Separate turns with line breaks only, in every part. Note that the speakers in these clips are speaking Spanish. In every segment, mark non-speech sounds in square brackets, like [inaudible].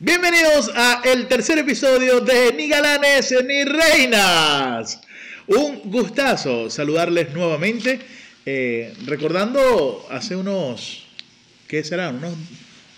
Bienvenidos a el tercer episodio de Ni Galanes ni Reinas. Un gustazo saludarles nuevamente. eh, recordando hace unos, ¿qué serán? Unos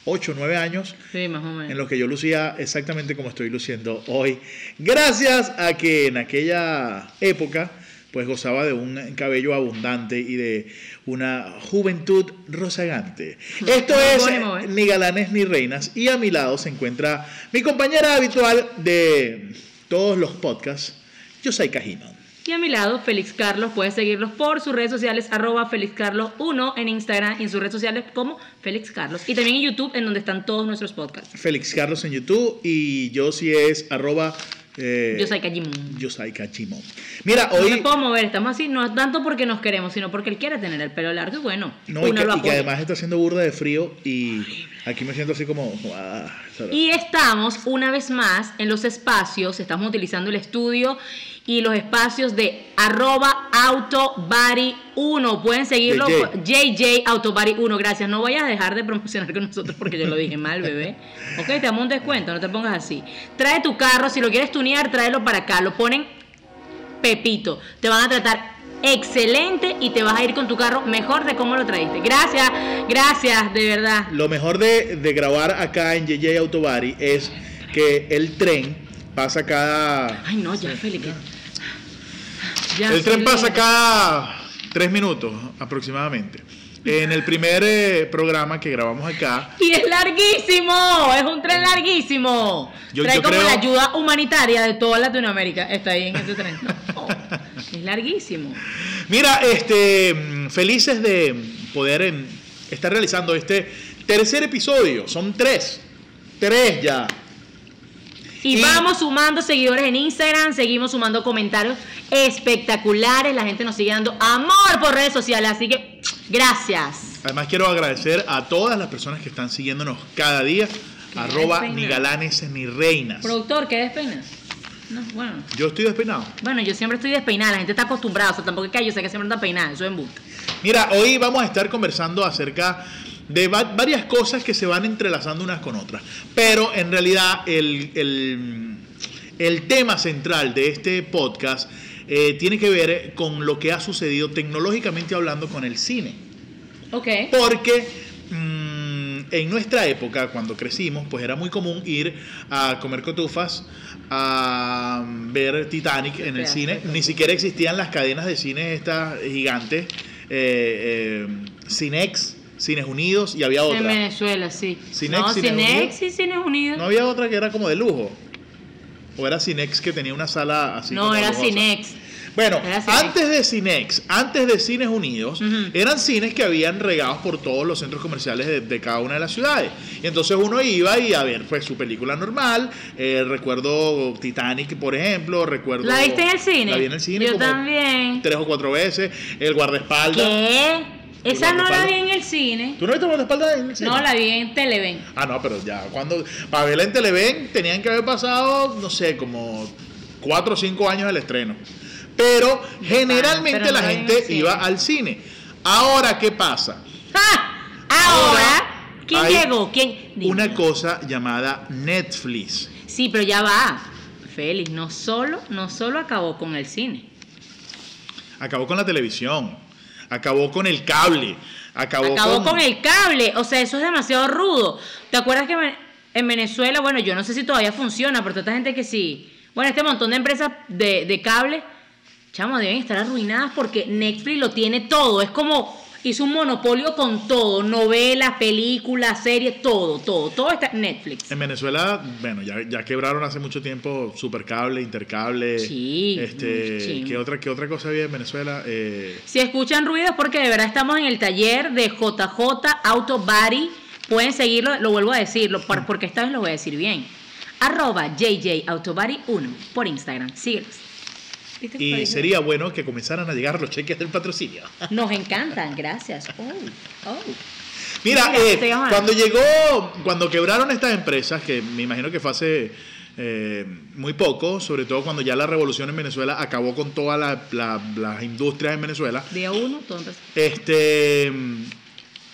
8 o 9 años
Sí, más o menos.
en los que yo lucía exactamente como estoy luciendo hoy. Gracias a que en aquella época pues gozaba de un cabello abundante y de una juventud rozagante. Esto es
Homónimo, ¿eh?
Ni galanes ni reinas y a mi lado se encuentra mi compañera habitual de todos los podcasts, yo soy Cajino.
Y a mi lado, Félix Carlos. Puedes seguirlos por sus redes sociales, arroba Félix Carlos 1 en Instagram y en sus redes sociales como Félix Carlos. Y también en YouTube, en donde están todos nuestros podcasts.
Félix Carlos en YouTube y yo sí es arroba eh,
Yo soy Kajimun.
Yosaika Chimón. Mira,
No
hoy...
me puedo mover, estamos así, no es tanto porque nos queremos, sino porque él quiere tener el pelo largo y bueno,
No, y
uno
que,
lo
y que
apoya.
además está haciendo burda de frío y aquí me siento así como... ah, ¿sabes?
Y estamos una vez más en los espacios, estamos utilizando el estudio y los espacios de arroba autobody1. Pueden seguirlo,
JJ.
por- JJ autobody1. Gracias, no vayas a dejar de promocionar con nosotros porque yo lo dije mal, bebé. Ok, te damos un descuento, no te pongas así. Trae tu carro, si lo quieres tunear, tráelo para acá. Lo ponen Pepito. Te van a tratar excelente y te vas a ir con tu carro mejor de cómo lo traíste. Gracias, gracias, de verdad.
Lo mejor de, de grabar acá en JJ Autobari es que el tren pasa cada...
Ay, no, ya, Felipe. Ya,
El tren
Felipe.
pasa cada tres minutos aproximadamente. En el primer eh, programa que grabamos acá,
Y es larguísimo, es un tren larguísimo.
Yo-
Trae
yo
como
creo-
la ayuda humanitaria de toda Latinoamérica. Está ahí en
[laughs]
ese tren. No, es larguísimo.
Mira, este, mm, felices de poder em, estar realizando este tercer episodio. Son tres. Tres ya.
Y,
Y-
vamos sumando seguidores en Instagram, seguimos sumando comentarios espectaculares. La gente nos sigue dando amor por redes sociales, así que gracias.
Además quiero agradecer a todas las personas que están siguiéndonos cada día. Arroba
despeinada.
ni galanes ni reinas.
Productor, ¿qué despeinas? No, bueno.
Yo estoy despeinado.
Bueno, yo siempre estoy despeinada, la gente está acostumbrada, o sea, tampoco es que yo sé que siempre está peinada, eso es embuste.
Mira, hoy vamos a estar conversando acerca de va- varias cosas que se van entrelazando unas con otras. Pero en realidad el, el- el tema central de este podcast eh, tiene que ver con lo que ha sucedido tecnológicamente hablando con el cine.
Ok.
Porque mm, en nuestra época, cuando crecimos, pues era muy común ir a comer cotufas, a mm, ver Titanic en el
Pedazo de
cine.
cotufa.
Ni siquiera existían las cadenas de cine estas gigantes, eh, eh, Cinex, Cines Unidos y había
En
otra.
Venezuela, sí.
Cinex,
no,
Cines
Cinex y Cines Unidos.
No
No,
había otra que era como de lujo. O era Cinex que tenía una sala así. como
era
lujosa.
Cinex.
Bueno,
Era Cinex.
antes de Cinex, antes de Cines Unidos,
Ujú.
eran cines que habían regados por todos los centros comerciales de, de cada una de las ciudades. Y entonces uno iba y a ver pues su película normal. eh, recuerdo Titanic, por ejemplo. Recuerdo.
¿La viste en el cine?
La vi en el cine
Yo
como
también.
tres o cuatro veces. El guardaespaldas.
¿Qué? Esa
Igual
no
de
la
palo.
vi en el cine.
¿Tú no viste el guardaespaldas en el cine?
No, la vi en Televen.
Ah, no, pero ya, cuando. Para verla en Televen tenían que haber pasado, no sé, como cuatro o cinco años del estreno. Pero generalmente
pero no
la
la vi en el
gente
cine.
iba al cine. Ahora, ¿qué pasa?
¡Ja! Ahora, ¿quién
hay
llegó? ¿Quién? Dime.
Una cosa llamada Netflix.
Sí, pero ya va. Félix, no solo, no solo acabó con el cine.
Acabó con la televisión. Acabó con el cable. Acabó,
Acabó con... el cable. O sea, eso es demasiado rudo. ¿Te acuerdas que en- en Venezuela, bueno, yo no sé si todavía funciona, pero toda esta gente que sí. Bueno, este montón de empresas de, de cable, chamo, deben estar arruinadas porque Netflix lo tiene todo. Es como hizo un monopolio con todo: novelas, películas, series, todo, todo. Todo está en Netflix.
En Venezuela, bueno, ya, ya quebraron hace mucho tiempo Supercable, Intercable.
Sí, muy
Este,
chimbo.
¿qué, otra, ¿Qué otra cosa había en Venezuela? Eh,
Si escuchan ruidos, porque de verdad estamos en el taller de JJ Auto Body. Pueden seguirlo, lo vuelvo a decir, lo- por- porque esta vez lo voy a decir bien. Arroba JJ Autobody 1 por Instagram. Síguelos. ¿Viste que
Y
parece?
sería bueno que comenzaran a llegar los cheques del patrocinio.
Nos encantan, gracias. Oh, oh.
Mira,
Mira,
eh,
te llaman.
cuando llegó, cuando quebraron estas empresas, que me imagino que fue hace eh, muy poco, sobre todo cuando ya la revolución en Venezuela acabó con todas la- la- las industrias en Venezuela.
Día uno, todo empezó.
Este,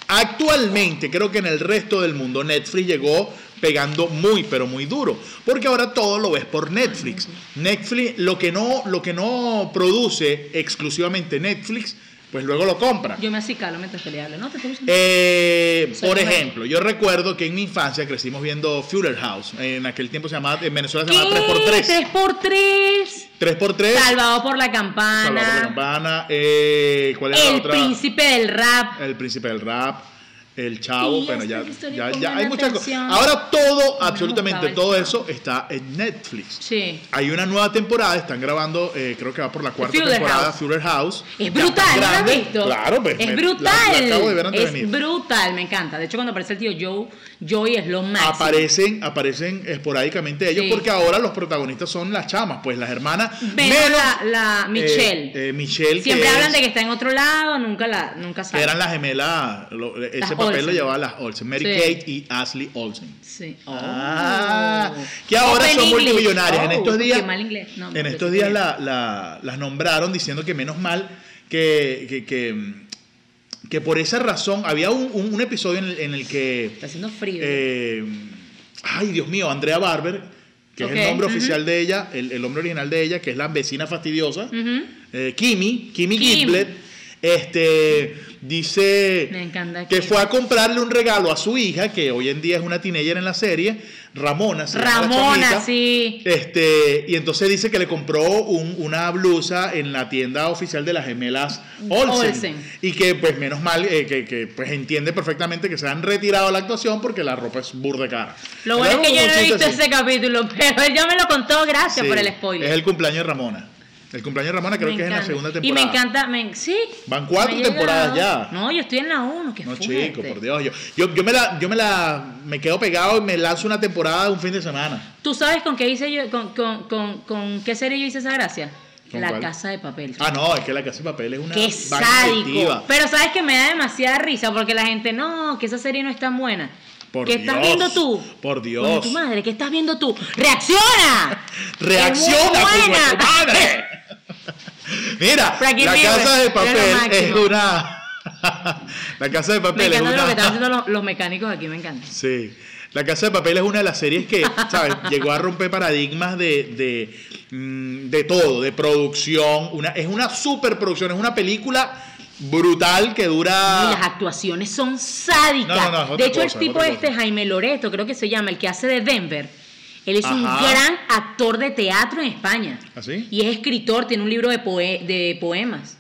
actualmente, creo que en el resto del mundo Netflix llegó pegando muy, pero muy duro. Porque ahora todo lo ves por Netflix. Netflix, lo que no, lo que no produce exclusivamente Netflix, pues luego lo compra.
Yo me acicalo mientras que le hablo, ¿no? ¿Te estoy diciendo?
Eh,
Soy
por
mujer.
ejemplo, yo recuerdo que en mi infancia crecimos viendo Fuller House. En aquel tiempo se llamaba, en Venezuela se llamaba 3x3.
3x3.
3x3.
Salvado por la
Salvador de
campana.
la Campana. eh, ¿Cuál era la
el
otra?
príncipe del rap.
El príncipe del rap, el chavo,
Sí,
bueno,
esta
ya,
historia
ya,
pongan
ya hay muchas cosas.
atención.
Ahora todo, absolutamente
gustaba el
todo
Chavo.
eso está en Netflix.
Sí.
Hay una nueva temporada, están grabando, eh, creo que va por la cuarta
Fuller
temporada,
House.
Fuller House.
Es
Ya está
brutal, ¿no lo has
grande.
visto?
Claro, pues, me-
Es
la-
brutal.
la acabo de ver antes de
es
venir.
brutal, me encanta. De hecho, cuando aparece el tío Joe, Joey es lo máximo.
Aparecen, aparecen esporádicamente ellos,
Sí.
porque ahora los protagonistas son las chamas, pues las hermanas.
Ven
menos,
a la, la
eh,
Michelle.
eh, Michelle,
Siempre
que
hablan
es-
de que está en otro lado, nunca la nunca
que
sale.
eran las gemelas, lo- ese
Las
papel lo
Olsen.
llevaba las Olsen, Mary
Sí.
Kate y Ashley Olsen.
Sí.
Ah,
Oh.
que ahora
Open
son
English.
multimillonarias. en
Oh,
estos días,
qué mal inglés. No, no,
en
pero
estos
sí
días
quería.
la- la- las nombraron diciendo que menos mal que, que, que, que por esa razón había un, un- un episodio en el, en el que,
Está haciendo frío.
eh, ay Dios mío, Andrea Barber, que es
Ok,
el nombre
ujú.
oficial de ella, el, el nombre original de ella, que es la vecina fastidiosa,
Ujú.
eh, Kimi, Kimi
Kim.
Giblet, este, dice
Me encanta
que
Kim.
fue a comprarle un regalo a su hija, que hoy en día es una teenager en la serie, Ramona. se llama la
Ramona,
chamita.
sí.
Este, y entonces dice que le compró un- una blusa en la tienda oficial de las gemelas Olsen.
Olsen.
Y que, pues, menos mal, eh, que, que, pues entiende perfectamente que se han retirado de la actuación porque la ropa es burda cara.
Lo bueno es que yo no he visto
ese
ese capítulo, [laughs] pero él ya me lo contó,
Sí,
gracias por el spoiler.
Es el cumpleaños de Ramona. El cumpleaños de Ramona creo
Me
que es en la
encanta.
segunda temporada.
Y me encanta, me, sí.
Van cuatro
Me ha llegado.
temporadas ya.
No, yo estoy en la uno, que [laughs]
No,
fuerte.
chico, por Dios. Yo, yo, yo me la, yo me la me quedo pegado y me lanzo una temporada un fin de semana.
¿Tú sabes con qué hice yo, con, con, con, con qué serie yo hice esa gracia?
¿Con
La
cuál?
Casa de Papel.
Ah, no, es que la casa de papel es una
Qué
vaina
sádico.
adictiva.
Pero sabes que me da demasiada risa porque la gente, no, que esa serie no es tan buena.
Por
¿Qué estás
Dios,
viendo tú?
por Dios.
Coño, tu madre, ¿qué estás viendo tú? ¡Reacciona!
[laughs] Reacciona,
¡Es muy
coño de
buena!
tu
[laughs]
madre. Mira,
Frankie
la
River,
casa de
era lo
papel es
máximo.
una [laughs] La casa de
Me
papel es
encanta
una
lo que están haciendo los, los mecánicos aquí, me encanta.
Sí. La Casa de Papel es una de las series
[laughs]
que, ¿sabes? Llegó a romper paradigmas de, de, mm, de todo, de producción. Una, es una superproducción, es una película brutal que
Y las
dura...
actuaciones son sádicas.
Ah. No, no, no, es otra
de hecho,
cosa,
el
es
tipo
otra
este,
cosa.
Jaime Loreto, creo que se llama, el que hace de Denver. Él es un
Ajá.
gran actor de teatro en España.
¿Ah, sí?
Y es escritor, tiene un libro de, poe- de poemas.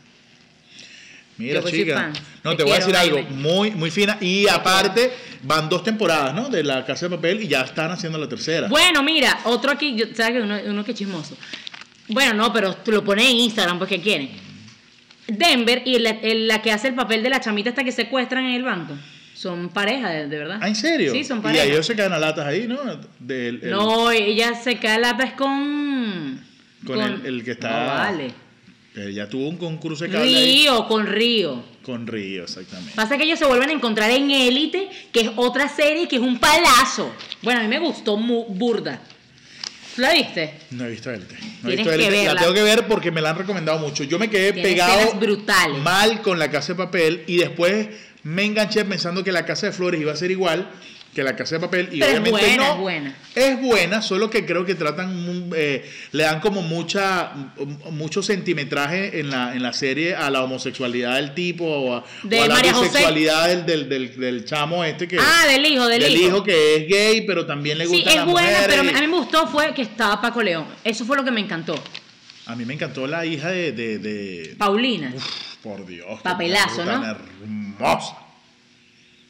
Mira,
yo que soy
chica.
fan.
No, te,
Te
voy a
quiero,
decir algo.
Jaime.
Muy, muy fina. Y aparte, van dos temporadas, ¿no? De La Casa de Papel y ya están haciendo la tercera.
Bueno, mira, otro aquí, yo, ¿sabes que uno, uno que es chismoso? Bueno, no, pero tú lo pones en Instagram porque quieren. Denver y la, el- la que hace el papel de la chamita hasta que secuestran en el banco. Son pareja, de, de verdad.
Ah, ¿en serio?
Sí, son
Y
pareja.
ellos se quedan a latas ahí, ¿no? Del, el-
No, ella se cae lata es con.
Con el- el que está-
No vale.
eh, ya tuvo un concurso de cable ahí
Río, con Río.
con Río, exactamente.
Pasa que ellos se vuelven a encontrar en Élite, que es otra serie que es un palazo. Bueno, a mí me gustó mu burda. ¿La viste?
No he visto élite. No he
Tienes
visto
que
élite. La
verla.
tengo que ver porque me la han recomendado mucho. Yo me quedé
Tiene
pegado
escenas brutales.
mal con la casa de papel y después me enganché pensando que la casa de flores iba a ser igual que la casa de papel y
Pero es
obviamente
buena,
no.
es buena.
Es buena, solo que creo que tratan, un- eh, le dan como mucha, m- mucho centimetraje en la, en la serie a la homosexualidad del tipo o a,
De
o a la
María José.
bisexualidad del, del, del, del chamo este que
Ah, del hijo, del, hijo.
que es gay pero también le
Sí,
gusta
es buena, pero a
mujeres.
mí me gustó fue que estaba Paco León. Eso fue lo que me encantó.
A mí me encantó la hija de. de, de-
Paulina.
Uf, por Dios. qué
Papelazo,
mujer tan
¿no?
Hermosa.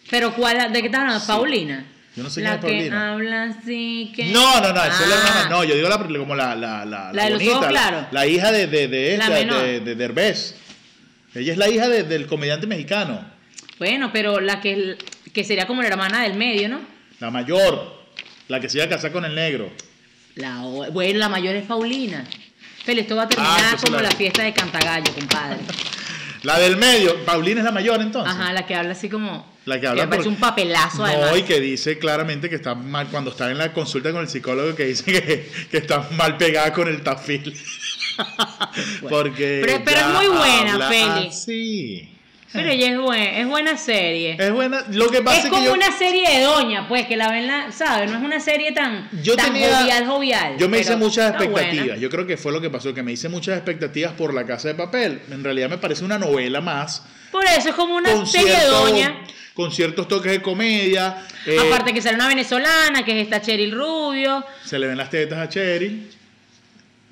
Pero ¿cuál, ¿de qué estás hablando? Paulina.
Yo no sé
la
quién es Paulina.
que habla así que...
No, no, no, esa es la
Ah,
hermana. No, yo digo la, como la, la, la,
La de los
bonita.
ojos
la-
claros.
La, hija de, de, de,
La
esta,
menor.
de, de Derbez. Ella es la hija de- del comediante mexicano,
Bueno, pero la que, que sería como la hermana del medio, ¿no?
la mayor, la que se iba a casar con el negro.
La, o- bueno, la mayor es Paulina. Pero esto va a terminar
Ah, entonces
como
la-
la... fiesta de Cantagallo, compadre.
La del medio, Paulina es la mayor entonces.
Ajá, la que habla así como...
La que
Que
habla
me parece
por-
un papelazo,
No,
además.
y que dice claramente que está mal cuando está en la consulta con el psicólogo que dice que, que está mal pegada con el tafil.
[laughs]
Porque
Pero- pero es
ya
muy buena,
habla
Feli.
así.
Pero ella es buena, es buena serie.
Es buena. Lo que pasa
Es
es,
como
que Eh, yo,
una serie de doña, pues, que la ven, la, ¿sabes? No es una serie tan,
yo
tan
tenía-
jovial, jovial.
Yo me
pero
hice muchas
está buena.
expectativas. Yo creo que fue lo que pasó, que me hice muchas expectativas por La Casa de Papel. En realidad me parece una novela más.
Por eso es como una
con
serie de
cierto-
doña.
con ciertos toques de comedia. eh,
Aparte que sale una venezolana, que es esta Cheryl Rubio.
Se le ven las tetas a Cherry.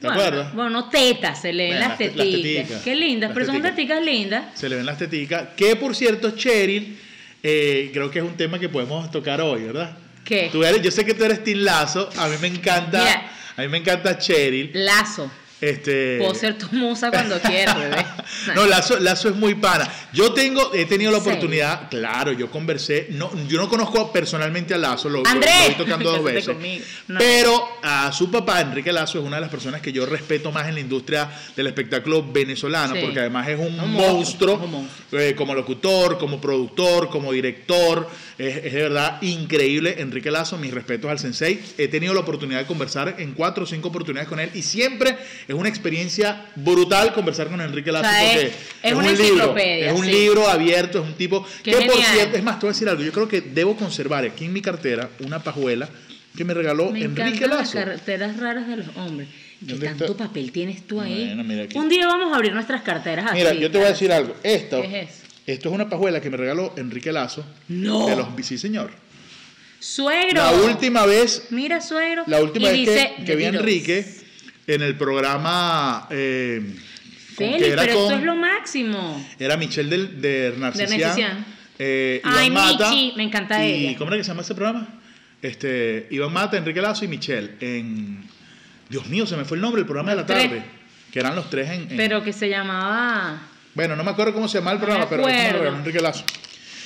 ¿Te
bueno,
acuerdas?
Bueno, no tetas, se leen
Bueno,
las,
las te- las
teticas.
teticas,
Qué lindas,
las
pero son
teticas.
teticas lindas.
Se le ven las teticas. Que por cierto, Cheryl, eh, creo que es un tema que podemos tocar hoy, ¿verdad?
¿Qué?
Tú eres- yo sé que tú eres Tim Lazo. A mí me encanta.
Mira.
A mí me encanta Cheryl.
Lazo.
Este.
Puedo ser tu musa cuando quieras,
[laughs]
bebé.
No, Lazo, Lazo es muy pana. Yo tengo, he tenido la
¿En serio?
oportunidad, claro, yo conversé, no, yo no conozco personalmente a Lazo, lo, lo-
[laughs] Andrés,
lo vi tocando dos
cásate
veces.
conmigo. No.
Pero a su papá, Enrique Lazo, es una de las personas que yo respeto más en la industria del espectáculo venezolano,
Sí.
porque además es un,
Un monstruo,
monstruo,
un
eh, como locutor, como productor, como director. Es, es de verdad increíble, Enrique Lazo, mis respetos al sensei. He tenido la oportunidad de conversar en cuatro o cinco oportunidades con él y siempre es una experiencia brutal conversar con Enrique Lazo.
O sea,
porque
es- es una
libro,
enciclopedia,
es un
sí.
libro abierto, es un tipo
Qué
que por
genial.
cierto, es más, te voy a decir algo, yo creo que debo conservar aquí en mi cartera una pajuela que me regaló
Me
Enrique
encantan las
Lazo.
carteras raras de los hombres. ¿Qué
¿Dónde
tanto
está?
papel tienes tú ahí?
Bueno, mira aquí.
Un día vamos a abrir nuestras carteras así.
Mira, yo te voy a decir algo. Esto,
Ah, ¿Qué es eso?
esto es una pajuela que me regaló Enrique Lazo.
No.
De los sí, señor.
Suegro.
La última vez,
Mira, suegro.
la última
Y
vez
dice,
que, que vi a
"Diros".
Enrique en el programa eh, con-
Feli,
que
pero
era
esto
con-
es lo máximo.
era Michelle del, de Narcisian.
Narcisian.
eh,
Ay,
Iván Mata,
Michi, me encanta
y,
ella.
¿Cómo era que se llama ese programa? Este, Iván Mata, Enrique Lazo y Michelle. En, Dios mío, se me fue el nombre, el programa de la
Los tres.
tarde. Que eran los tres en, en-
Pero que se llamaba.
Bueno, no me acuerdo cómo se llamaba el
No me
programa, pero esto me lo
acuerdo.
regaló Enrique Lazo.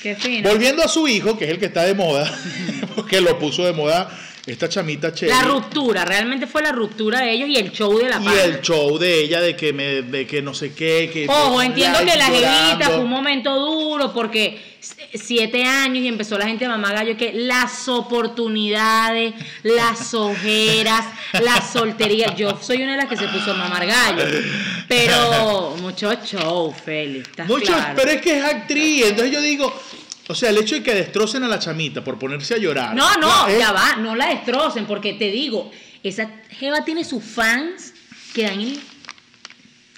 Qué fino.
Volviendo a su hijo, que es el que está de
[laughs]
moda, [laughs] porque lo puso de moda esta chamita chévere.
La ruptura, realmente fue la ruptura de ellos y el show de la
Y
pana.
el show de ella de que me, de que no sé qué, que
Ojo,
un
entiendo
live
que la jevita
llorando.
fue un momento duro porque s- siete años y empezó la gente de mamá gallo que las oportunidades, las ojeras, la soltería. Yo soy una de las que se puso a mamar gallo. Pero mucho show, Feli. estás
Muchos,
claro.
pero es que es actriz, entonces yo digo, o sea, el hecho de que destrocen a la chamita por ponerse a llorar.
No, no,
es-
ya va, no la destrocen, porque te digo, esa Jeva tiene sus fans que dan el-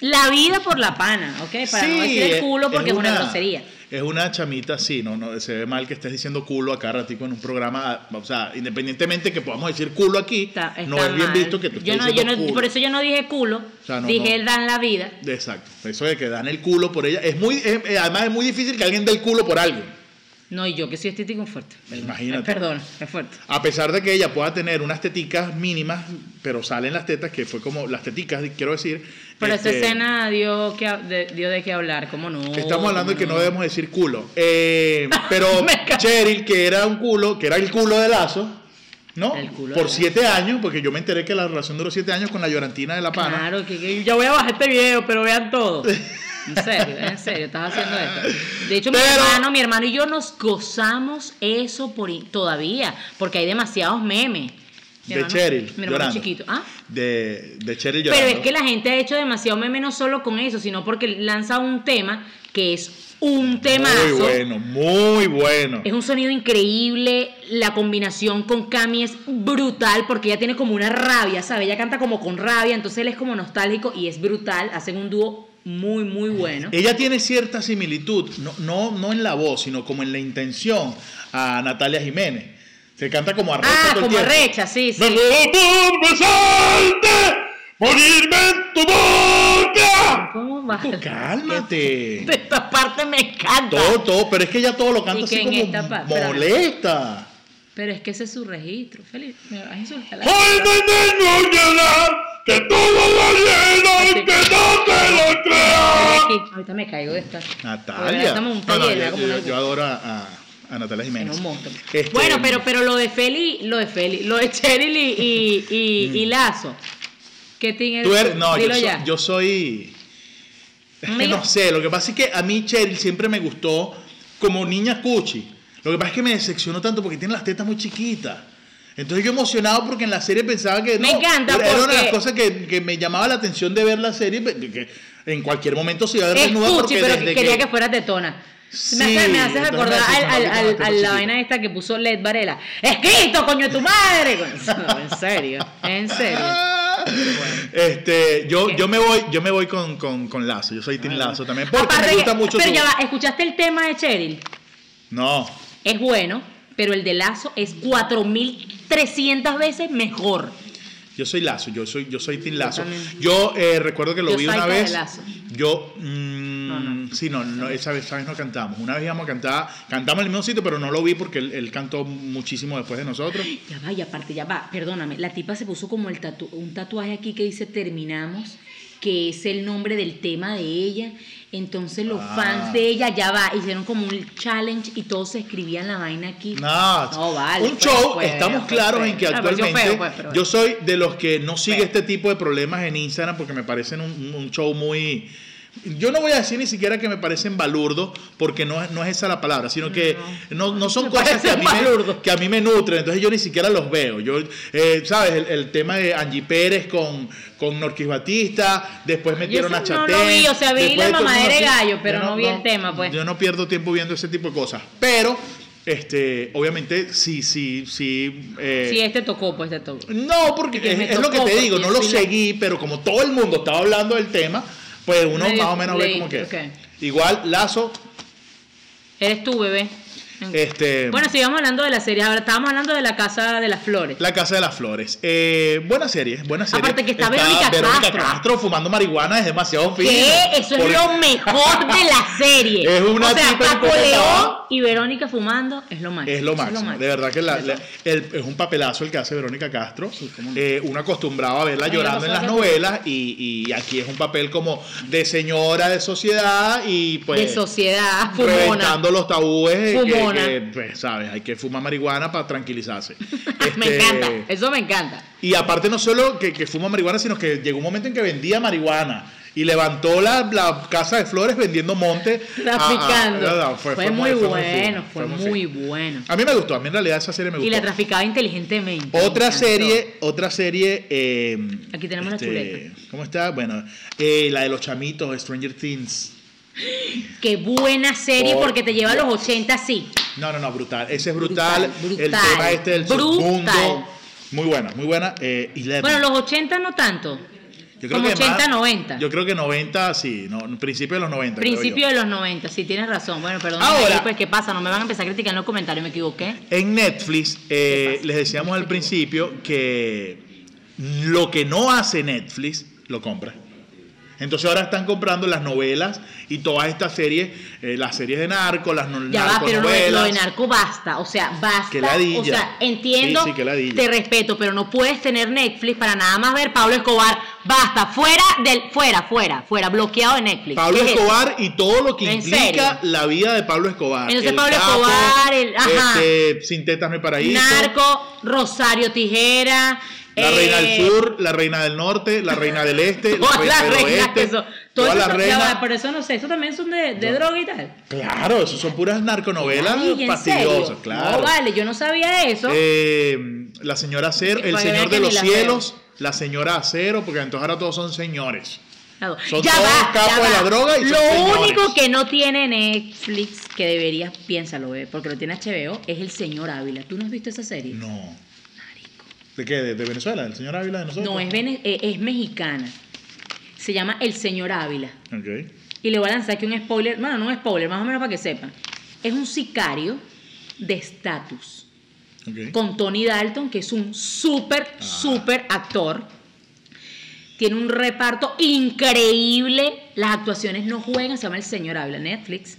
la vida por la pana, ¿ok? Para no decir el
es-
culo porque es una, grosería.
Es una chamita, sí, no, no, se ve mal que estés diciendo culo acá ratico en un programa, o sea, independientemente que podamos decir culo aquí,
Está- está
no es bien
mal.
visto que tú
yo
estés
no, yo
diciendo
no,
culo.
Por eso yo no dije culo,
sea, no,
dije
no.
el dan la vida.
Exacto, eso de que dan el culo por ella, es muy, es- eh, además es muy difícil que alguien dé el culo por alguien.
No, y yo que soy estético es fuerte. perdón.
Imagínate.
Perdón, es fuerte.
A pesar de que ella pueda tener unas teticas mínimas, pero salen las tetas, que fue como las teticas, quiero decir.
Pero
este,
esa escena dio, que, ha- de, dio de qué hablar, ¿cómo no?
Estamos hablando de que
¿Cómo
no debemos decir culo.
[laughs]
Eh, pero
Mm. Me encanta.
Cheryl, que era un culo, que era el culo de Lazo, ¿no?
El culo de
Por
Lazo.
siete años, porque yo me enteré que la relación duró siete años con la llorantina de la pana.
Claro, que, que yo voy a bajar este video, pero
[laughs]
vean todo. En serio, en serio, estás haciendo esto. De hecho, mi
Pero-
hermano, mi hermano y yo nos gozamos eso por in- todavía, porque hay demasiados memes. Mi
De
hermano-
Cheryl,
Mi hermano
llorando.
chiquito. Ah,
De, de Cheryl llorando.
pero es que la gente ha hecho demasiado meme no solo con eso, sino porque lanza un tema que es un temazo.
Muy bueno, muy bueno.
Es un sonido increíble, la combinación con Cami es brutal porque ella tiene como una rabia, ¿sabes? Ella canta como con rabia, entonces él es como nostálgico y es brutal, hacen un dúo muy, muy bueno.
Ella tiene cierta similitud, no, no, no en la voz, sino como en la intención a Natalia Jiménez. Se canta como arrecha.
Ah,
todo el
como
tiempo.
recha, sí,
Me
sí.
quedo por besarte, morirme en tu boca.
¿Cómo va?
Tú cálmate.
[laughs] Esta parte me encanta.
Todo, todo, pero es que ella todo lo canta
Y
así
que en
como
esta pa- espérame.
molesta.
Pero es que ese es su registro, Felipe. Me vas a insultar.
Hoy te tengo que hablar, que todo lo lleno y que no te lo creas.
Aquí, ahorita me caigo de esta. Ahora
Natalia.
Estamos un
No, no,
taller,
yo,
como
yo-
una-
yo adoro a, a- a Natalia
Era
Jiménez.
un monstruo.
Este,
Bueno, pero, pero lo de Feli, lo de Feli, lo de [laughs] Cheryl y, y, y- y Lazo. ¿Qué tiene?
Mm. Tú eres, no, yo
Dilo
soy,
ya.
yo soy- es que [laughs]
Amiga.
no sé, lo que pasa es que a mí Cheryl siempre me gustó como niña cuchi. Lo que pasa es que me decepcionó tanto porque tiene las tetas muy chiquitas. Entonces yo emocionado porque en la serie pensaba que
Me
no,
encanta,
era una de las
porque-
cosas que, que me llamaba la atención de ver la serie, pe- que en cualquier momento se iba a ver
Es
desnuda
cuchi,
porque
pero
desde
quería que, fuera tetona. me, hace-
Sí,
me haces
entonces me
acordar
haces
al, al-
acordar con las
al- a
tetas
la
chiquitas.
vaina esta que puso Led Varela. ¡Escrito, coño de tu madre! Coño, [laughs] en serio, en serio.
Ah, [laughs] Este, yo,
¿Qué?
yo me voy, yo me voy con, con, con Lazo, yo soy Tim Lazo también, porque
Ah. Aparte
me
que-
gusta mucho
Pero
su-
ya va, ¿escuchaste el tema de Cheryl?
No,
Es bueno, pero el de Lazo es 4.300 veces mejor.
yo soy Lazo, yo soy, yo soy Tim Lazo.
también.
Yo eh, recuerdo que lo
Yo
vi
soy
una
fan de
vez.
Lazo.
Yo mm,
No, no.
sí, no, no, esa vez, esa vez no cantamos. Una vez íbamos a cantar, cantamos en el mismo sitio, pero no lo vi porque él, él cantó muchísimo después de nosotros.
Ya va, y aparte, ya va, perdóname, la tipa se puso como el tatu- un tatuaje aquí que dice terminamos, que es el nombre del tema de ella. Entonces los
Ah.
fans de ella ya va, hicieron como un challenge y todos se escribían la vaina aquí.
No,
No, vale,
un
pues,
show,
pues,
estamos
pues,
claros
pues.
en que
Ah, pues, yo
actualmente yo,
feo, pues, pero bueno.
soy de los que no sigue
Feo.
este tipo de problemas en Instagram porque me parecen un, un show muy... Yo no voy a decir ni siquiera que me parecen balurdos porque no, es- no es esa la palabra, sino que no, no son
Me
cosas que a,
parecen
mí me,
balurdos.
que a mí me nutren, entonces yo ni siquiera los veo. Yo, eh, ¿sabes? El, el tema de Angie Pérez con, con Norquis Batista, después metieron
eso
a
no
Chaté.
lo vi, o sea, vi
después
la
de todo el
mamadera
mundo
de
así.
gallo, pero
Yo
no vi el tema, pues.
yo yo no pierdo tiempo viendo ese tipo de cosas. Pero, este, obviamente, sí, sí, sí. eh,
Sí, este tocó, pues este tocó.
No, porque
que
es,
me
es lo que
tocó,
te digo,
porque
no lo
soy la-
seguí, pero como todo el mundo estaba hablando del tema, pues uno
Medio
más o menos ve
leí,
como que.
ok.
Igual, Lazo,
Eres tú, bebé.
este.
Mm. Bueno, sigamos hablando de la serie. Ahora estábamos hablando de la Casa de las Flores.
La Casa de las Flores. Eh, buena serie, buena serie.
Aparte que está Verónica Castro.
fumando marihuana, es demasiado fino.
¿Qué? Eso es
Porque-
lo
[laughs]
mejor de la serie.
Es una
o sea,
tipa
Paco
incomodada.
León y Verónica fumando es lo máximo.
Es lo
eso
máximo. De verdad que la-
Eso.
la- el- es un papelazo el que hace Verónica Castro.
cómo no.
Eh, uno acostumbrado a verla
Ay,
llorando
la
en las
pasada.
novelas y, y aquí es un papel como de señora de sociedad y pues...
de sociedad fumona.
Reventando los tabúes, eh, que-
Fumona.
que, pues, sabes, hay que fumar marihuana para tranquilizarse.
[laughs] [laughs] me
Este,
encanta, eso me encanta.
y aparte no solo que, que fuma marihuana, sino que llegó un momento en que vendía marihuana. Y levantó la, la casa de flores vendiendo monte. a- a-
Traficando.
Ah, no, no,
fue,
fue
muy
fue
bueno,
fino,
fue, muy,
fino.
bueno.
A mí me gustó, a mí en realidad esa serie me gustó.
Y la traficaba inteligentemente. me
Otra
encantó.
serie, otra serie. eh,
Aquí tenemos la chuleta.
¿Cómo está? Bueno, eh, la de los chamitos, Stranger Things.
Qué buena serie
Oh,
porque te lleva a los 80 sí.
No, no, no, brutal. Ese es brutal.
Brutal,
El
brutal,
tema este del
brutal.
submundo. Muy buena, muy buena. Eh, Eleven.
Bueno, los 80 no tanto.
Yo creo
como
que más-
80, 90.
Yo creo que 90, sí. No, en principio de los 90. creo yo.
Principio de los 90, sí, tienes razón. Bueno, perdón.
Ahora-
ahí, pues, ¿qué pasa? No me van a empezar a criticar en los comentarios, me equivoqué.
En Netflix, eh,
¿Qué pasa?
les decíamos al principio que lo que no hace Netflix, lo compra. Entonces ahora están comprando las novelas y todas estas series, eh, las series de narco, las no,
Ya va, pero lo de,
narconovelas.
lo de narco basta, o sea, basta.
Qué ladilla.
O sea, entiendo,
Sí, sí, qué ladilla.
te respeto, pero no puedes tener Netflix para nada más ver Pablo Escobar. Basta, fuera del, fuera, fuera, fuera, bloqueado de Netflix.
Pablo
¿Qué es eso?
Escobar y todo lo que
¿En
implica
serio?
la vida de Pablo Escobar.
Entonces, Pablo Escobar, el- ajá.
este, Sin tetas no hay paraíso.
Narco, Rosario Tijera.
La
eh,
reina del sur, la reina del norte, la reina del este, la
[laughs] Todas
reina
las
del
reinas
oeste,
que son. todo
todas
eso
las
son- ya
reinas.
va, pero eso no sé, eso también son de, de droga y tal.
Claro, eso son puras narconovelas
Ladilla, ¿en
fastidiosas,
serio?
claro.
No, vale, yo no sabía eso.
Eh, la señora Acero,
Para
el
que
señor
vean
de
que
los
ni la veo.
cielos, la señora Acero, porque entonces ahora todos son señores. Son
ya
todos
va,
capos
ya va.
de la droga y son
Lo
señores.
único que no tiene Netflix que deberías, piénsalo, bebé, porque lo tiene HBO, es El Señor Ávila. ¿Tú no has visto esa serie?
No. ¿De qué? ¿De, de Venezuela? ¿El señor Ávila de nosotros?
No, es, vene- eh, es mexicana. Se llama El Señor Ávila.
Ok.
Y le voy a lanzar aquí un spoiler, bueno, no un spoiler, más o menos para que sepan. Es un sicario de estatus
ok.
con Tony Dalton, que es un súper,
Ah.
súper actor. Tiene un reparto increíble. Las actuaciones no juegan. Se llama El Señor Habla Netflix.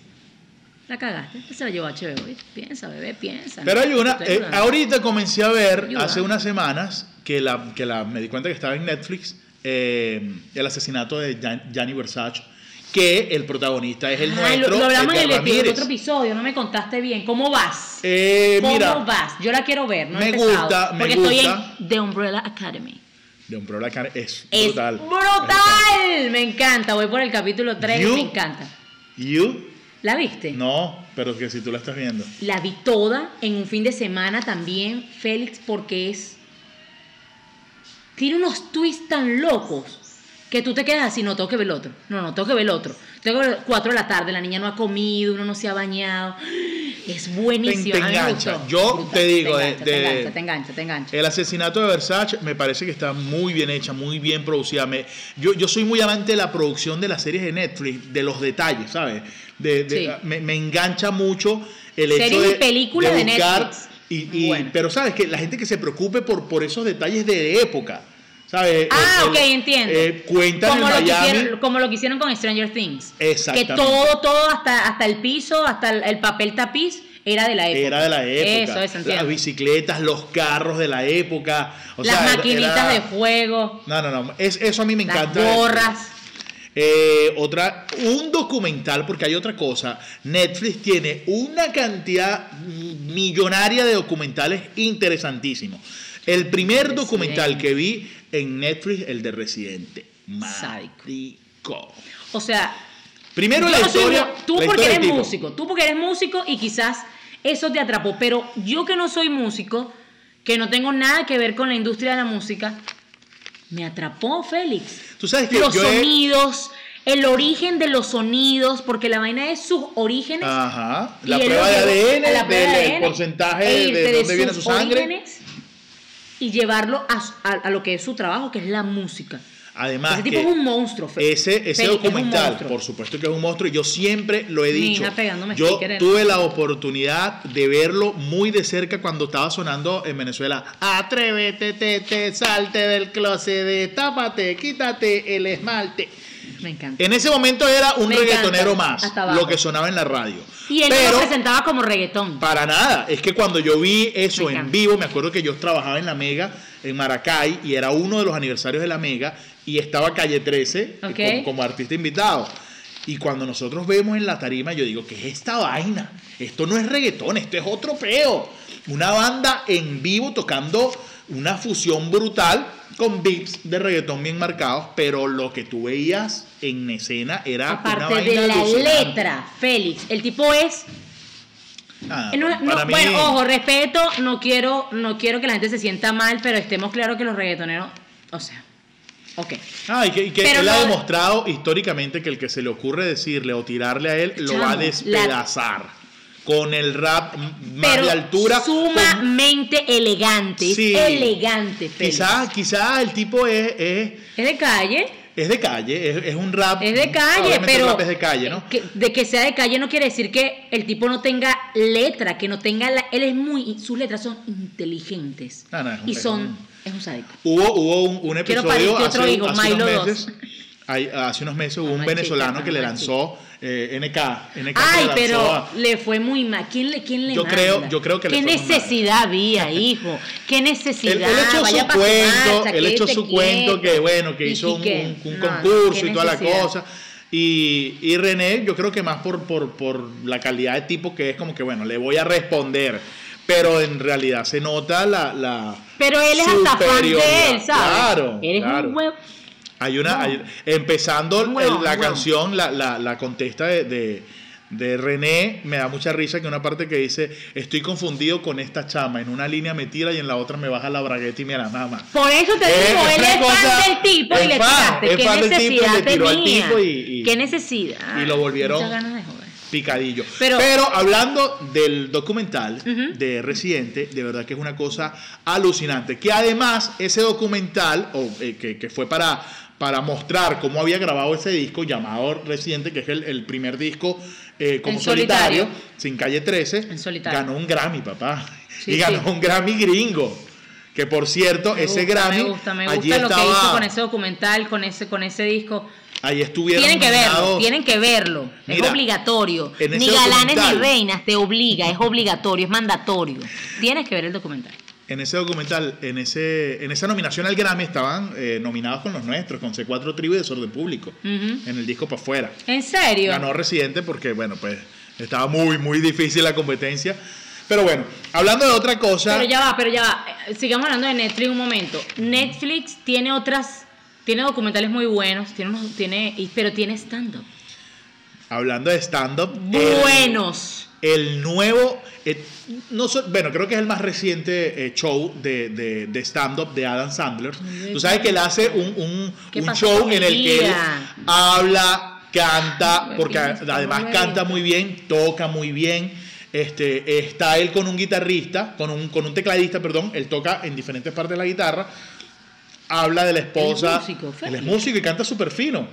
La cagaste. pues Se la llevó a HBO. ¿viste? Piensa, bebé, piensa.
Pero hay una,
Te
eh,
estoy ayudando.
ahorita comencé a ver,
Ayuda.
hace unas semanas, que la, que la me di cuenta que estaba en Netflix, eh, el asesinato de Gian- Gianni Versace, que el protagonista es el
Ah,
nuestro,
lo, lo hablamos en el,
Edgar
epi- el
Ramírez.
otro episodio. No me contaste bien. ¿Cómo vas?
Eh,
¿Cómo
mira,
vas? Yo la quiero ver. No he
me
empezado,
gusta, me
porque
gusta.
estoy en The Umbrella Academy.
de un problema cara- es
Es
brutal.
brutal. Me encanta. Voy por el capítulo 3.
You-
Me encanta.
You
¿La viste?
No, pero que si tú la estás viendo.
La vi toda en un fin de semana también, Félix, porque es. Tiene unos twists tan locos que tú te quedas así, no, tengo que ver el otro. No, no, tengo que ver el otro. Tengo que ver cuatro de la tarde, la niña no ha comido, uno no se ha bañado. Es buenísimo.
Te- te
a mí me
engancha.
gustó.
Yo
Brutal.
te digo, de-
engancha,
de-
te engancha, te engancha, te engancha.
El asesinato de Versace me parece que está muy bien hecha, muy bien producida. Me- yo, yo soy muy amante de la producción de las series de Netflix, de los detalles, ¿sabes? De- de-
Sí.
me, me engancha mucho el hecho
Series y
de,
películas de
buscar
Netflix.
y- y-
Bueno.
Pero sabes que la gente que se preocupe por, por esos detalles de época, ¿sabes?
Ah,
El-
ok,
el-
entiendo.
eh, cuentan
como,
en
lo que
Miami.
hicieron, como lo que hicieron con Stranger Things. Que
Exactamente.
todo, todo, hasta, hasta el piso, hasta el, el papel tapiz, era de la época.
Era de la época.
Eso, eso, entiendo.
Las bicicletas, los carros de la época. O
Las
sea, era-
maquinitas
era-
de juego,
No, no, no. Es, eso a mí me
las
encanta. de-
gorras.
Eh, otra, un documental, porque hay otra cosa. Netflix tiene una cantidad millonaria de documentales interesantísimos. El primer
Residente.
documental que vi en Netflix, el de Residente.
Sádico.
Marico.
O sea,
Primero
yo
la
no soy
historia.
mu- tú
la historia
porque
del
eres
tipo.
músico, tú porque eres músico y quizás eso te atrapó, pero yo que no soy músico, que no tengo nada que ver con la industria de la música, me atrapó Félix.
Tú sabes que
Los
yo he-
sonidos, el origen de los sonidos, porque la vaina es sus orígenes.
Ajá.
y
La
él
prueba
lo
de
llevó
ADN,
a la prueba
del
de
el
ADN,
porcentaje
e
de,
irte
dónde viene su
sus
sangre.
orígenes Y llevarlo a, su- a- a lo que es su trabajo, que es la música.
Además,
ese tipo
que
es un monstruo. Fe-
ese, ese
Félix, es un
documental,
monstruo.
por supuesto que es un monstruo, y yo siempre lo he
Mi
dicho.
hija pegándome
Yo
sticker en-
tuve la oportunidad de verlo muy de cerca cuando estaba sonando en Venezuela. Atrévete, te, te, salte del closet, destápate, quítate el esmalte.
Me encanta.
En ese momento era un
Me
reggaetonero
encanta.
más,
Hasta abajo.
lo que sonaba en la radio.
Y él
Pero-
lo presentaba como reggaetón.
para nada. Es que cuando yo vi eso
Me
en
encanta.
vivo, me acuerdo que yo trabajaba en la Mega, en Maracay, y era uno de los aniversarios de la Mega, y estaba Calle 13
Ok.
eh, como, como artista invitado. Y cuando nosotros vemos en la tarima, yo digo, ¿qué es esta vaina? Esto no es reggaetón, esto es otro peo. Una banda en vivo tocando una fusión brutal con beats de reggaetón bien marcados, pero lo que tú veías en escena
Ah,
era una
Aparte
vaina
de la
alucinante.
letra, Félix. El tipo es.
Ah,
Eh, no- no-
para mí-
Bueno, ojo, respeto. No quiero, no quiero que la gente se sienta mal, pero estemos claros que los reggaetoneros. O sea. Ok.
Ah, y que, y que
Pero
él
no-
ha demostrado históricamente que el que se le ocurre decirle o tirarle a él lo
Chamo,
va a despedazar. Con el rap m- más
pero
de altura.
pues,
con-
sumamente elegante. es
Sí.
elegante, Félix.
Quizás quizás el tipo es, es,
Es de calle.
es de calle, es, es un rap.
Es de calle,
obviamente
pero.
El rap es de calle, ¿no?
que- de que sea de calle no quiere decir que el tipo no tenga letra, que no tenga. La, él es muy. Sus letras son inteligentes.
Ah, No, no, es un-
y
es
son.
un-
Es un sádico.
Hubo, hubo un, un
Quiero
episodio
parirte
hace,
otro hijo,
hace
Milo
unos
dos.
meses. hay- hace unos meses hubo un
Mamá
venezolano
chica,
que le
mamá
lanzó eh, NK. NK que
Ay,
le lanzó
pero
a-
le fue muy mal. ¿Quién le, quién le
Yo
manda?
creo- yo creo que le
¿Qué
fue muy mal. [laughs]
necesidad había, hijo? ¿Qué necesidad?
Él, él echó
Vaya
su
pa' su
cuento,
marcha,
él echó
quédese
su cuento que
quieto.
bueno, que
Y-
hizo
y
un,
qué.
un- un
No,
concurso
qué
y toda la
necesidad.
cosa. Y, y René, yo creo que más por, por, por la calidad de tipo que es como que bueno, le voy a responder. Pero en realidad se nota la... la
Pero él es hasta fan de él,
superioridad.
¿sabes?
Claro,
Eres
claro.
un huevo.
Hay una,
No.
hay- empezando
Un
el-
huevón,
la
un huevón.
canción, la, la, la contesta de, de, de René, me da mucha risa que una parte que dice, estoy confundido con esta chama, en una línea me tira y en la otra me baja la bragueta y me la mama.
Por eso te
Eh,
digo,
es
él
una
es
cosa-
fan del tipo y
es
le
fan, es
tiraste. ¿Qué
fan del tipo y le
necesidad
tiró al
tenía?
tipo y- y-
¿Qué necesidad?
y lo volvieron-
Muchas ganas de joder.
Picadillo. Pero,
Pero-
hablando del documental
Ujú.
de Residente, de verdad que es una cosa alucinante. Que además ese documental, o, eh, que, que fue para, para mostrar cómo había grabado ese disco llamado Residente, que es el, el primer disco eh, como
En
solitario,
solitario.
sin calle 13,
En solitario.
ganó un Grammy, papá.
Sí,
y ganó
sí.
un Grammy gringo. Que por cierto,
Me
ese
gusta,
Grammy,
Me gusta, me
allí
gusta lo que hizo
estaba-
con ese documental, con ese, con ese disco.
allí estuvieron
Tienen que verlo,
nominados-
tienen que verlo.
Mira,
es obligatorio.
en ese
Ni galanes
documental-
ni reinas te obliga, es obligatorio, es mandatorio. Tienes que ver el documental.
En ese documental, en, ese, en esa nominación al Grammy estaban eh, nominados con los nuestros, con C4 Tribu y Desorden Público, en
Ujú.
el disco para afuera.
¿En serio?
Ganó Residente porque, bueno, pues estaba muy, muy difícil la competencia. Pero bueno, hablando de otra cosa,
Pero ya va, pero ya va. Eh, Sigamos hablando de Netflix un momento. Netflix tiene otras, tiene documentales muy buenos, tiene unos, tiene, y- pero tiene stand-up.
hablando de stand-up. el-
Buenos.
el nuevo, eh, no sé, bueno, creo que es el más reciente eh, show de, de- de stand-up de Adam Sandler. Tú sabes que él hace un, un-
¿Qué
un
pasó
show
con
en
mi
el que él
vida?
habla, canta,
Bueno,
porque
tienes que
además
mover.
canta muy bien, toca muy bien. Este, está él con un guitarrista, con un, con un tecladista, perdón, él toca en diferentes partes de la guitarra, habla de la esposa.
músico,
él es
Freddy.
músico y canta súper fino.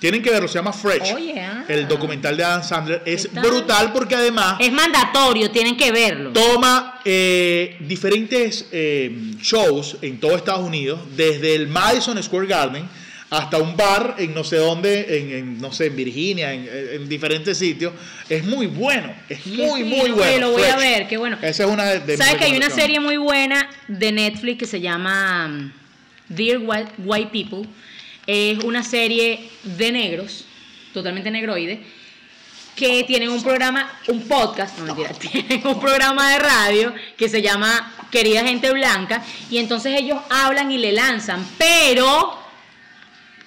Tienen que verlo, se llama Fresh.
Oye, ah.
El documental de Adam Sandler es
¿Qué tal?
brutal porque además
Es mandatorio, tienen que verlo.
toma eh, diferentes eh, shows en todo Estados Unidos, desde el Madison Square Garden hasta un bar en no sé dónde, en, en, no sé, en Virginia, en, en diferentes sitios. Es muy bueno, es
Qué
muy,
fino,
muy
güey,
bueno.
Lo voy a
Fresh.
ver, qué bueno.
Esa es una de, de mis
¿Sabes que hay una
recomendaciones.
serie muy buena de Netflix que se llama um, Dear White, White People? Es una serie de negros, totalmente negroide, que tienen un programa, un podcast, no mentira, [laughs] tienen un programa de radio que se llama Querida Gente Blanca, y entonces ellos hablan y le lanzan, pero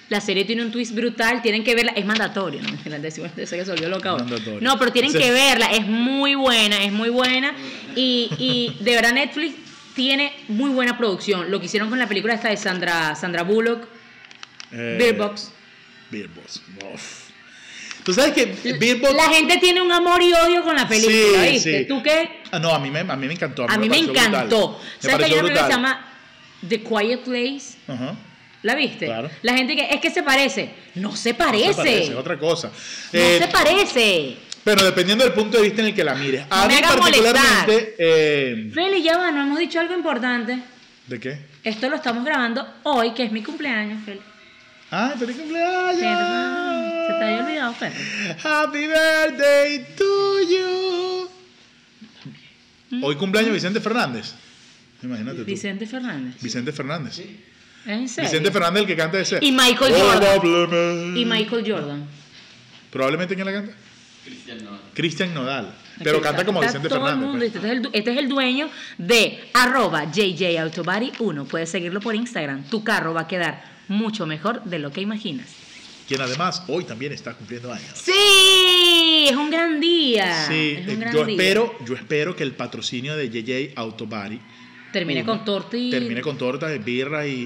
la serie tiene un twist brutal, tienen que verla, es mandatorio, no, [laughs] mentira, decimos- yo sé que se volvió loca ahora.
Mandatorio.
No, pero tienen
Sí.
que verla, es muy buena, es muy buena, y, y de verdad Netflix tiene muy buena producción, lo que hicieron con la película esta de Sandra, Sandra Bullock,
Eh,
Bird Box.
Bird Box, uf. Tú sabes que Bird Box-
La gente tiene un amor y odio con la película,
Eh, Sí,
¿viste?
sí.
¿Tú qué?
Ah, no, a mí me, a mí me encantó.
A mí me
pareció brutal.
encantó.
Me
¿Sabes que hay
pareció
una película
brutal.
que se llama The Quiet Place?
Ajá.
¿La viste?
Claro.
La gente que es que se parece. No se
No
parece.
se parece, otra cosa.
No
Eh,
se parece.
Pero dependiendo del punto de vista en el que la mires. A
No me
mí
hagas
particularmente. eh,
Feli, ya va, no hemos dicho algo importante.
¿De qué?
Esto lo estamos grabando hoy, que es mi cumpleaños, Feli.
¡Ah, feliz cumpleaños!
Perdón, Se te había olvidado, Feli.
¡Happy birthday to you! Hoy cumpleaños Vicente Fernández. Imagínate tú.
Vicente Fernández.
Vicente Fernández.
¿Es en serio?
Vicente Fernández el que canta ese. Oh,
Y Michael Jordan.
Probablemente.
Y Michael Jordan.
Probablemente quién la canta. Cristian Nodal. Pero
Aquí
canta
está-
como
está
Vicente
todo
Fernández.
El mundo.
pues.
Este, es el, du- este es el dueño de arroba jjautobody1. Puedes seguirlo por Instagram. Tu carro va a quedar mucho mejor de lo que imaginas.
Quien además hoy también está cumpliendo años.
¡Sí! Es un gran día.
Sí,
Es un
eh,
gran
yo
día.
espero, yo espero que el patrocinio de JJ Autobody
Termine
uno,
con torta y.
termine con tortas, de birra y, y-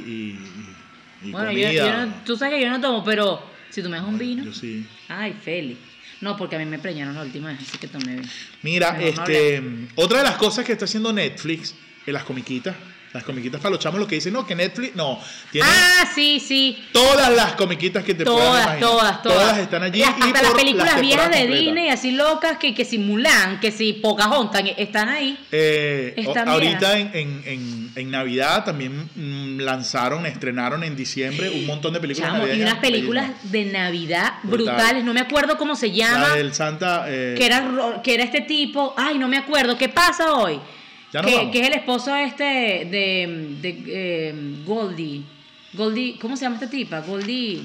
y- y
Bueno, yo-
comida.
yo no- tú sabes que yo no tomo, pero si tú me das un vino.
Yo sí.
Ay, Feli. No, porque a mí me preñaron la última vez, así que tomé vino.
Mira,
Mejor no
este, otra de las cosas que está haciendo Netflix, en las comiquitas, las comiquitas para los chamos, lo que dicen, no, que Netflix, no, tiene
Ah, sí, sí.
todas las comiquitas que te puedas
Todas,
imaginar.
todas, todas.
están allí.
Las-
y
hasta las
por
películas viejas de
temporadas completas.
Disney, así locas, que, que simulan, que si Pocahontas, que están ahí.
Eh, o-
Están
ahorita en, en- en- en Navidad también mm, lanzaron, estrenaron en diciembre un montón de películas
Chamo, y
navideñas
unas películas
bellísimas.
de Navidad
Brutal.
brutales. No me acuerdo cómo se
La
llama.
del Santa. eh,
Que era, ro- que era este tipo. Ay, no me acuerdo. ¿Qué pasa hoy?
Ya nos
que,
vamos.
que es el esposo este de, de, eh, Goldie. Goldie. ¿Cómo se llama esta tipa? Goldie.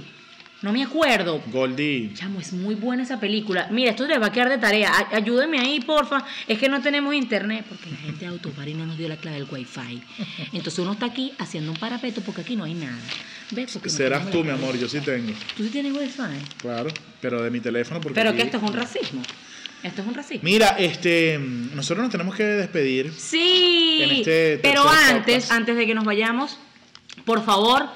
No me acuerdo.
Goldie.
Chamo, es muy buena esa película. Mira, esto les va a quedar de tarea. Ay- Ayúdenme ahí, porfa. Es que no tenemos internet porque la gente de Autopari no nos dio la clave del wifi. Entonces uno está aquí haciendo un parapeto porque aquí no hay nada. ¿Ves? Porque no
Serás
tenemos
tú,
la
mi
clave.
amor, yo sí tengo.
Tú sí tienes wifi.
Claro, pero de mi teléfono. Porque
Pero
aquí-
que esto es un racismo. Esto es un racismo.
Mira, este, mm, nosotros nos tenemos que despedir.
Sí.
En este
pero
tercer
antes,
podcast.
antes de que nos vayamos, por favor,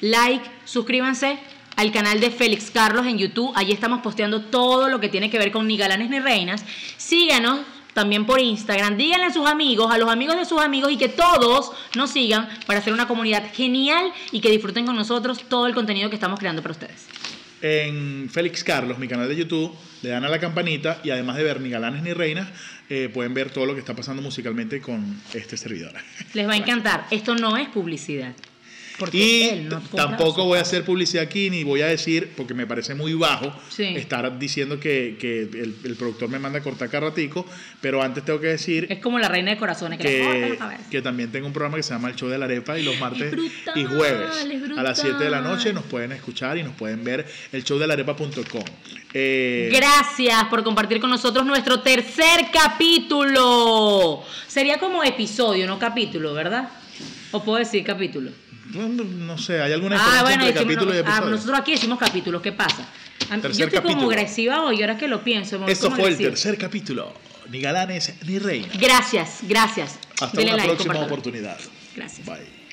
like, suscríbanse al canal de Félix Carlos en YouTube. Allí estamos posteando todo lo que tiene que ver con ni galanes ni reinas. Síganos también por Instagram. Díganle a sus amigos, a los amigos de sus amigos y que todos nos sigan para hacer una comunidad genial y que disfruten con nosotros todo el contenido que estamos creando para ustedes.
En Félix Carlos, mi canal de YouTube, le dan a la campanita y además de ver ni galanes ni reinas, eh, pueden ver todo lo que está pasando musicalmente con este servidor.
Les va a encantar. Esto no es publicidad. Porque
Y
él no
t-
cobra
tampoco
su-
voy a hacer publicidad aquí ni voy a decir, porque me parece muy bajo
Sí.
estar diciendo que, que el, el productor me manda a cortar carratico, pero antes tengo que decir
Es como la reina de corazones que, la corta
que,
la cabeza.
que también tengo un programa que se llama El Show de la Arepa y los martes
brutal,
y jueves
es
a las 7 de la
brutal.
noche nos pueden escuchar y nos pueden ver el show de la arepa.com. Eh,
Gracias por compartir con nosotros nuestro tercer capítulo. Sería como episodio, no capítulo, ¿verdad? O puedo decir capítulo.
Bueno, No sé, hay alguna
Ah,
diferencia
bueno,
entre
decimos-
capítulo y
no- ah,
episodio.
nosotros aquí decimos capítulos, ¿qué pasa? A mí- Yo
Tercer
estoy como
capítulo.
agresiva hoy, ahora que lo pienso. me voy
Eso
como
fue el
agresiva.
tercer capítulo. Ni galanes ni reinas.
Gracias, gracias.
Hasta
Dele
una
like,
próxima
compártalo.
oportunidad.
Gracias.
Bye.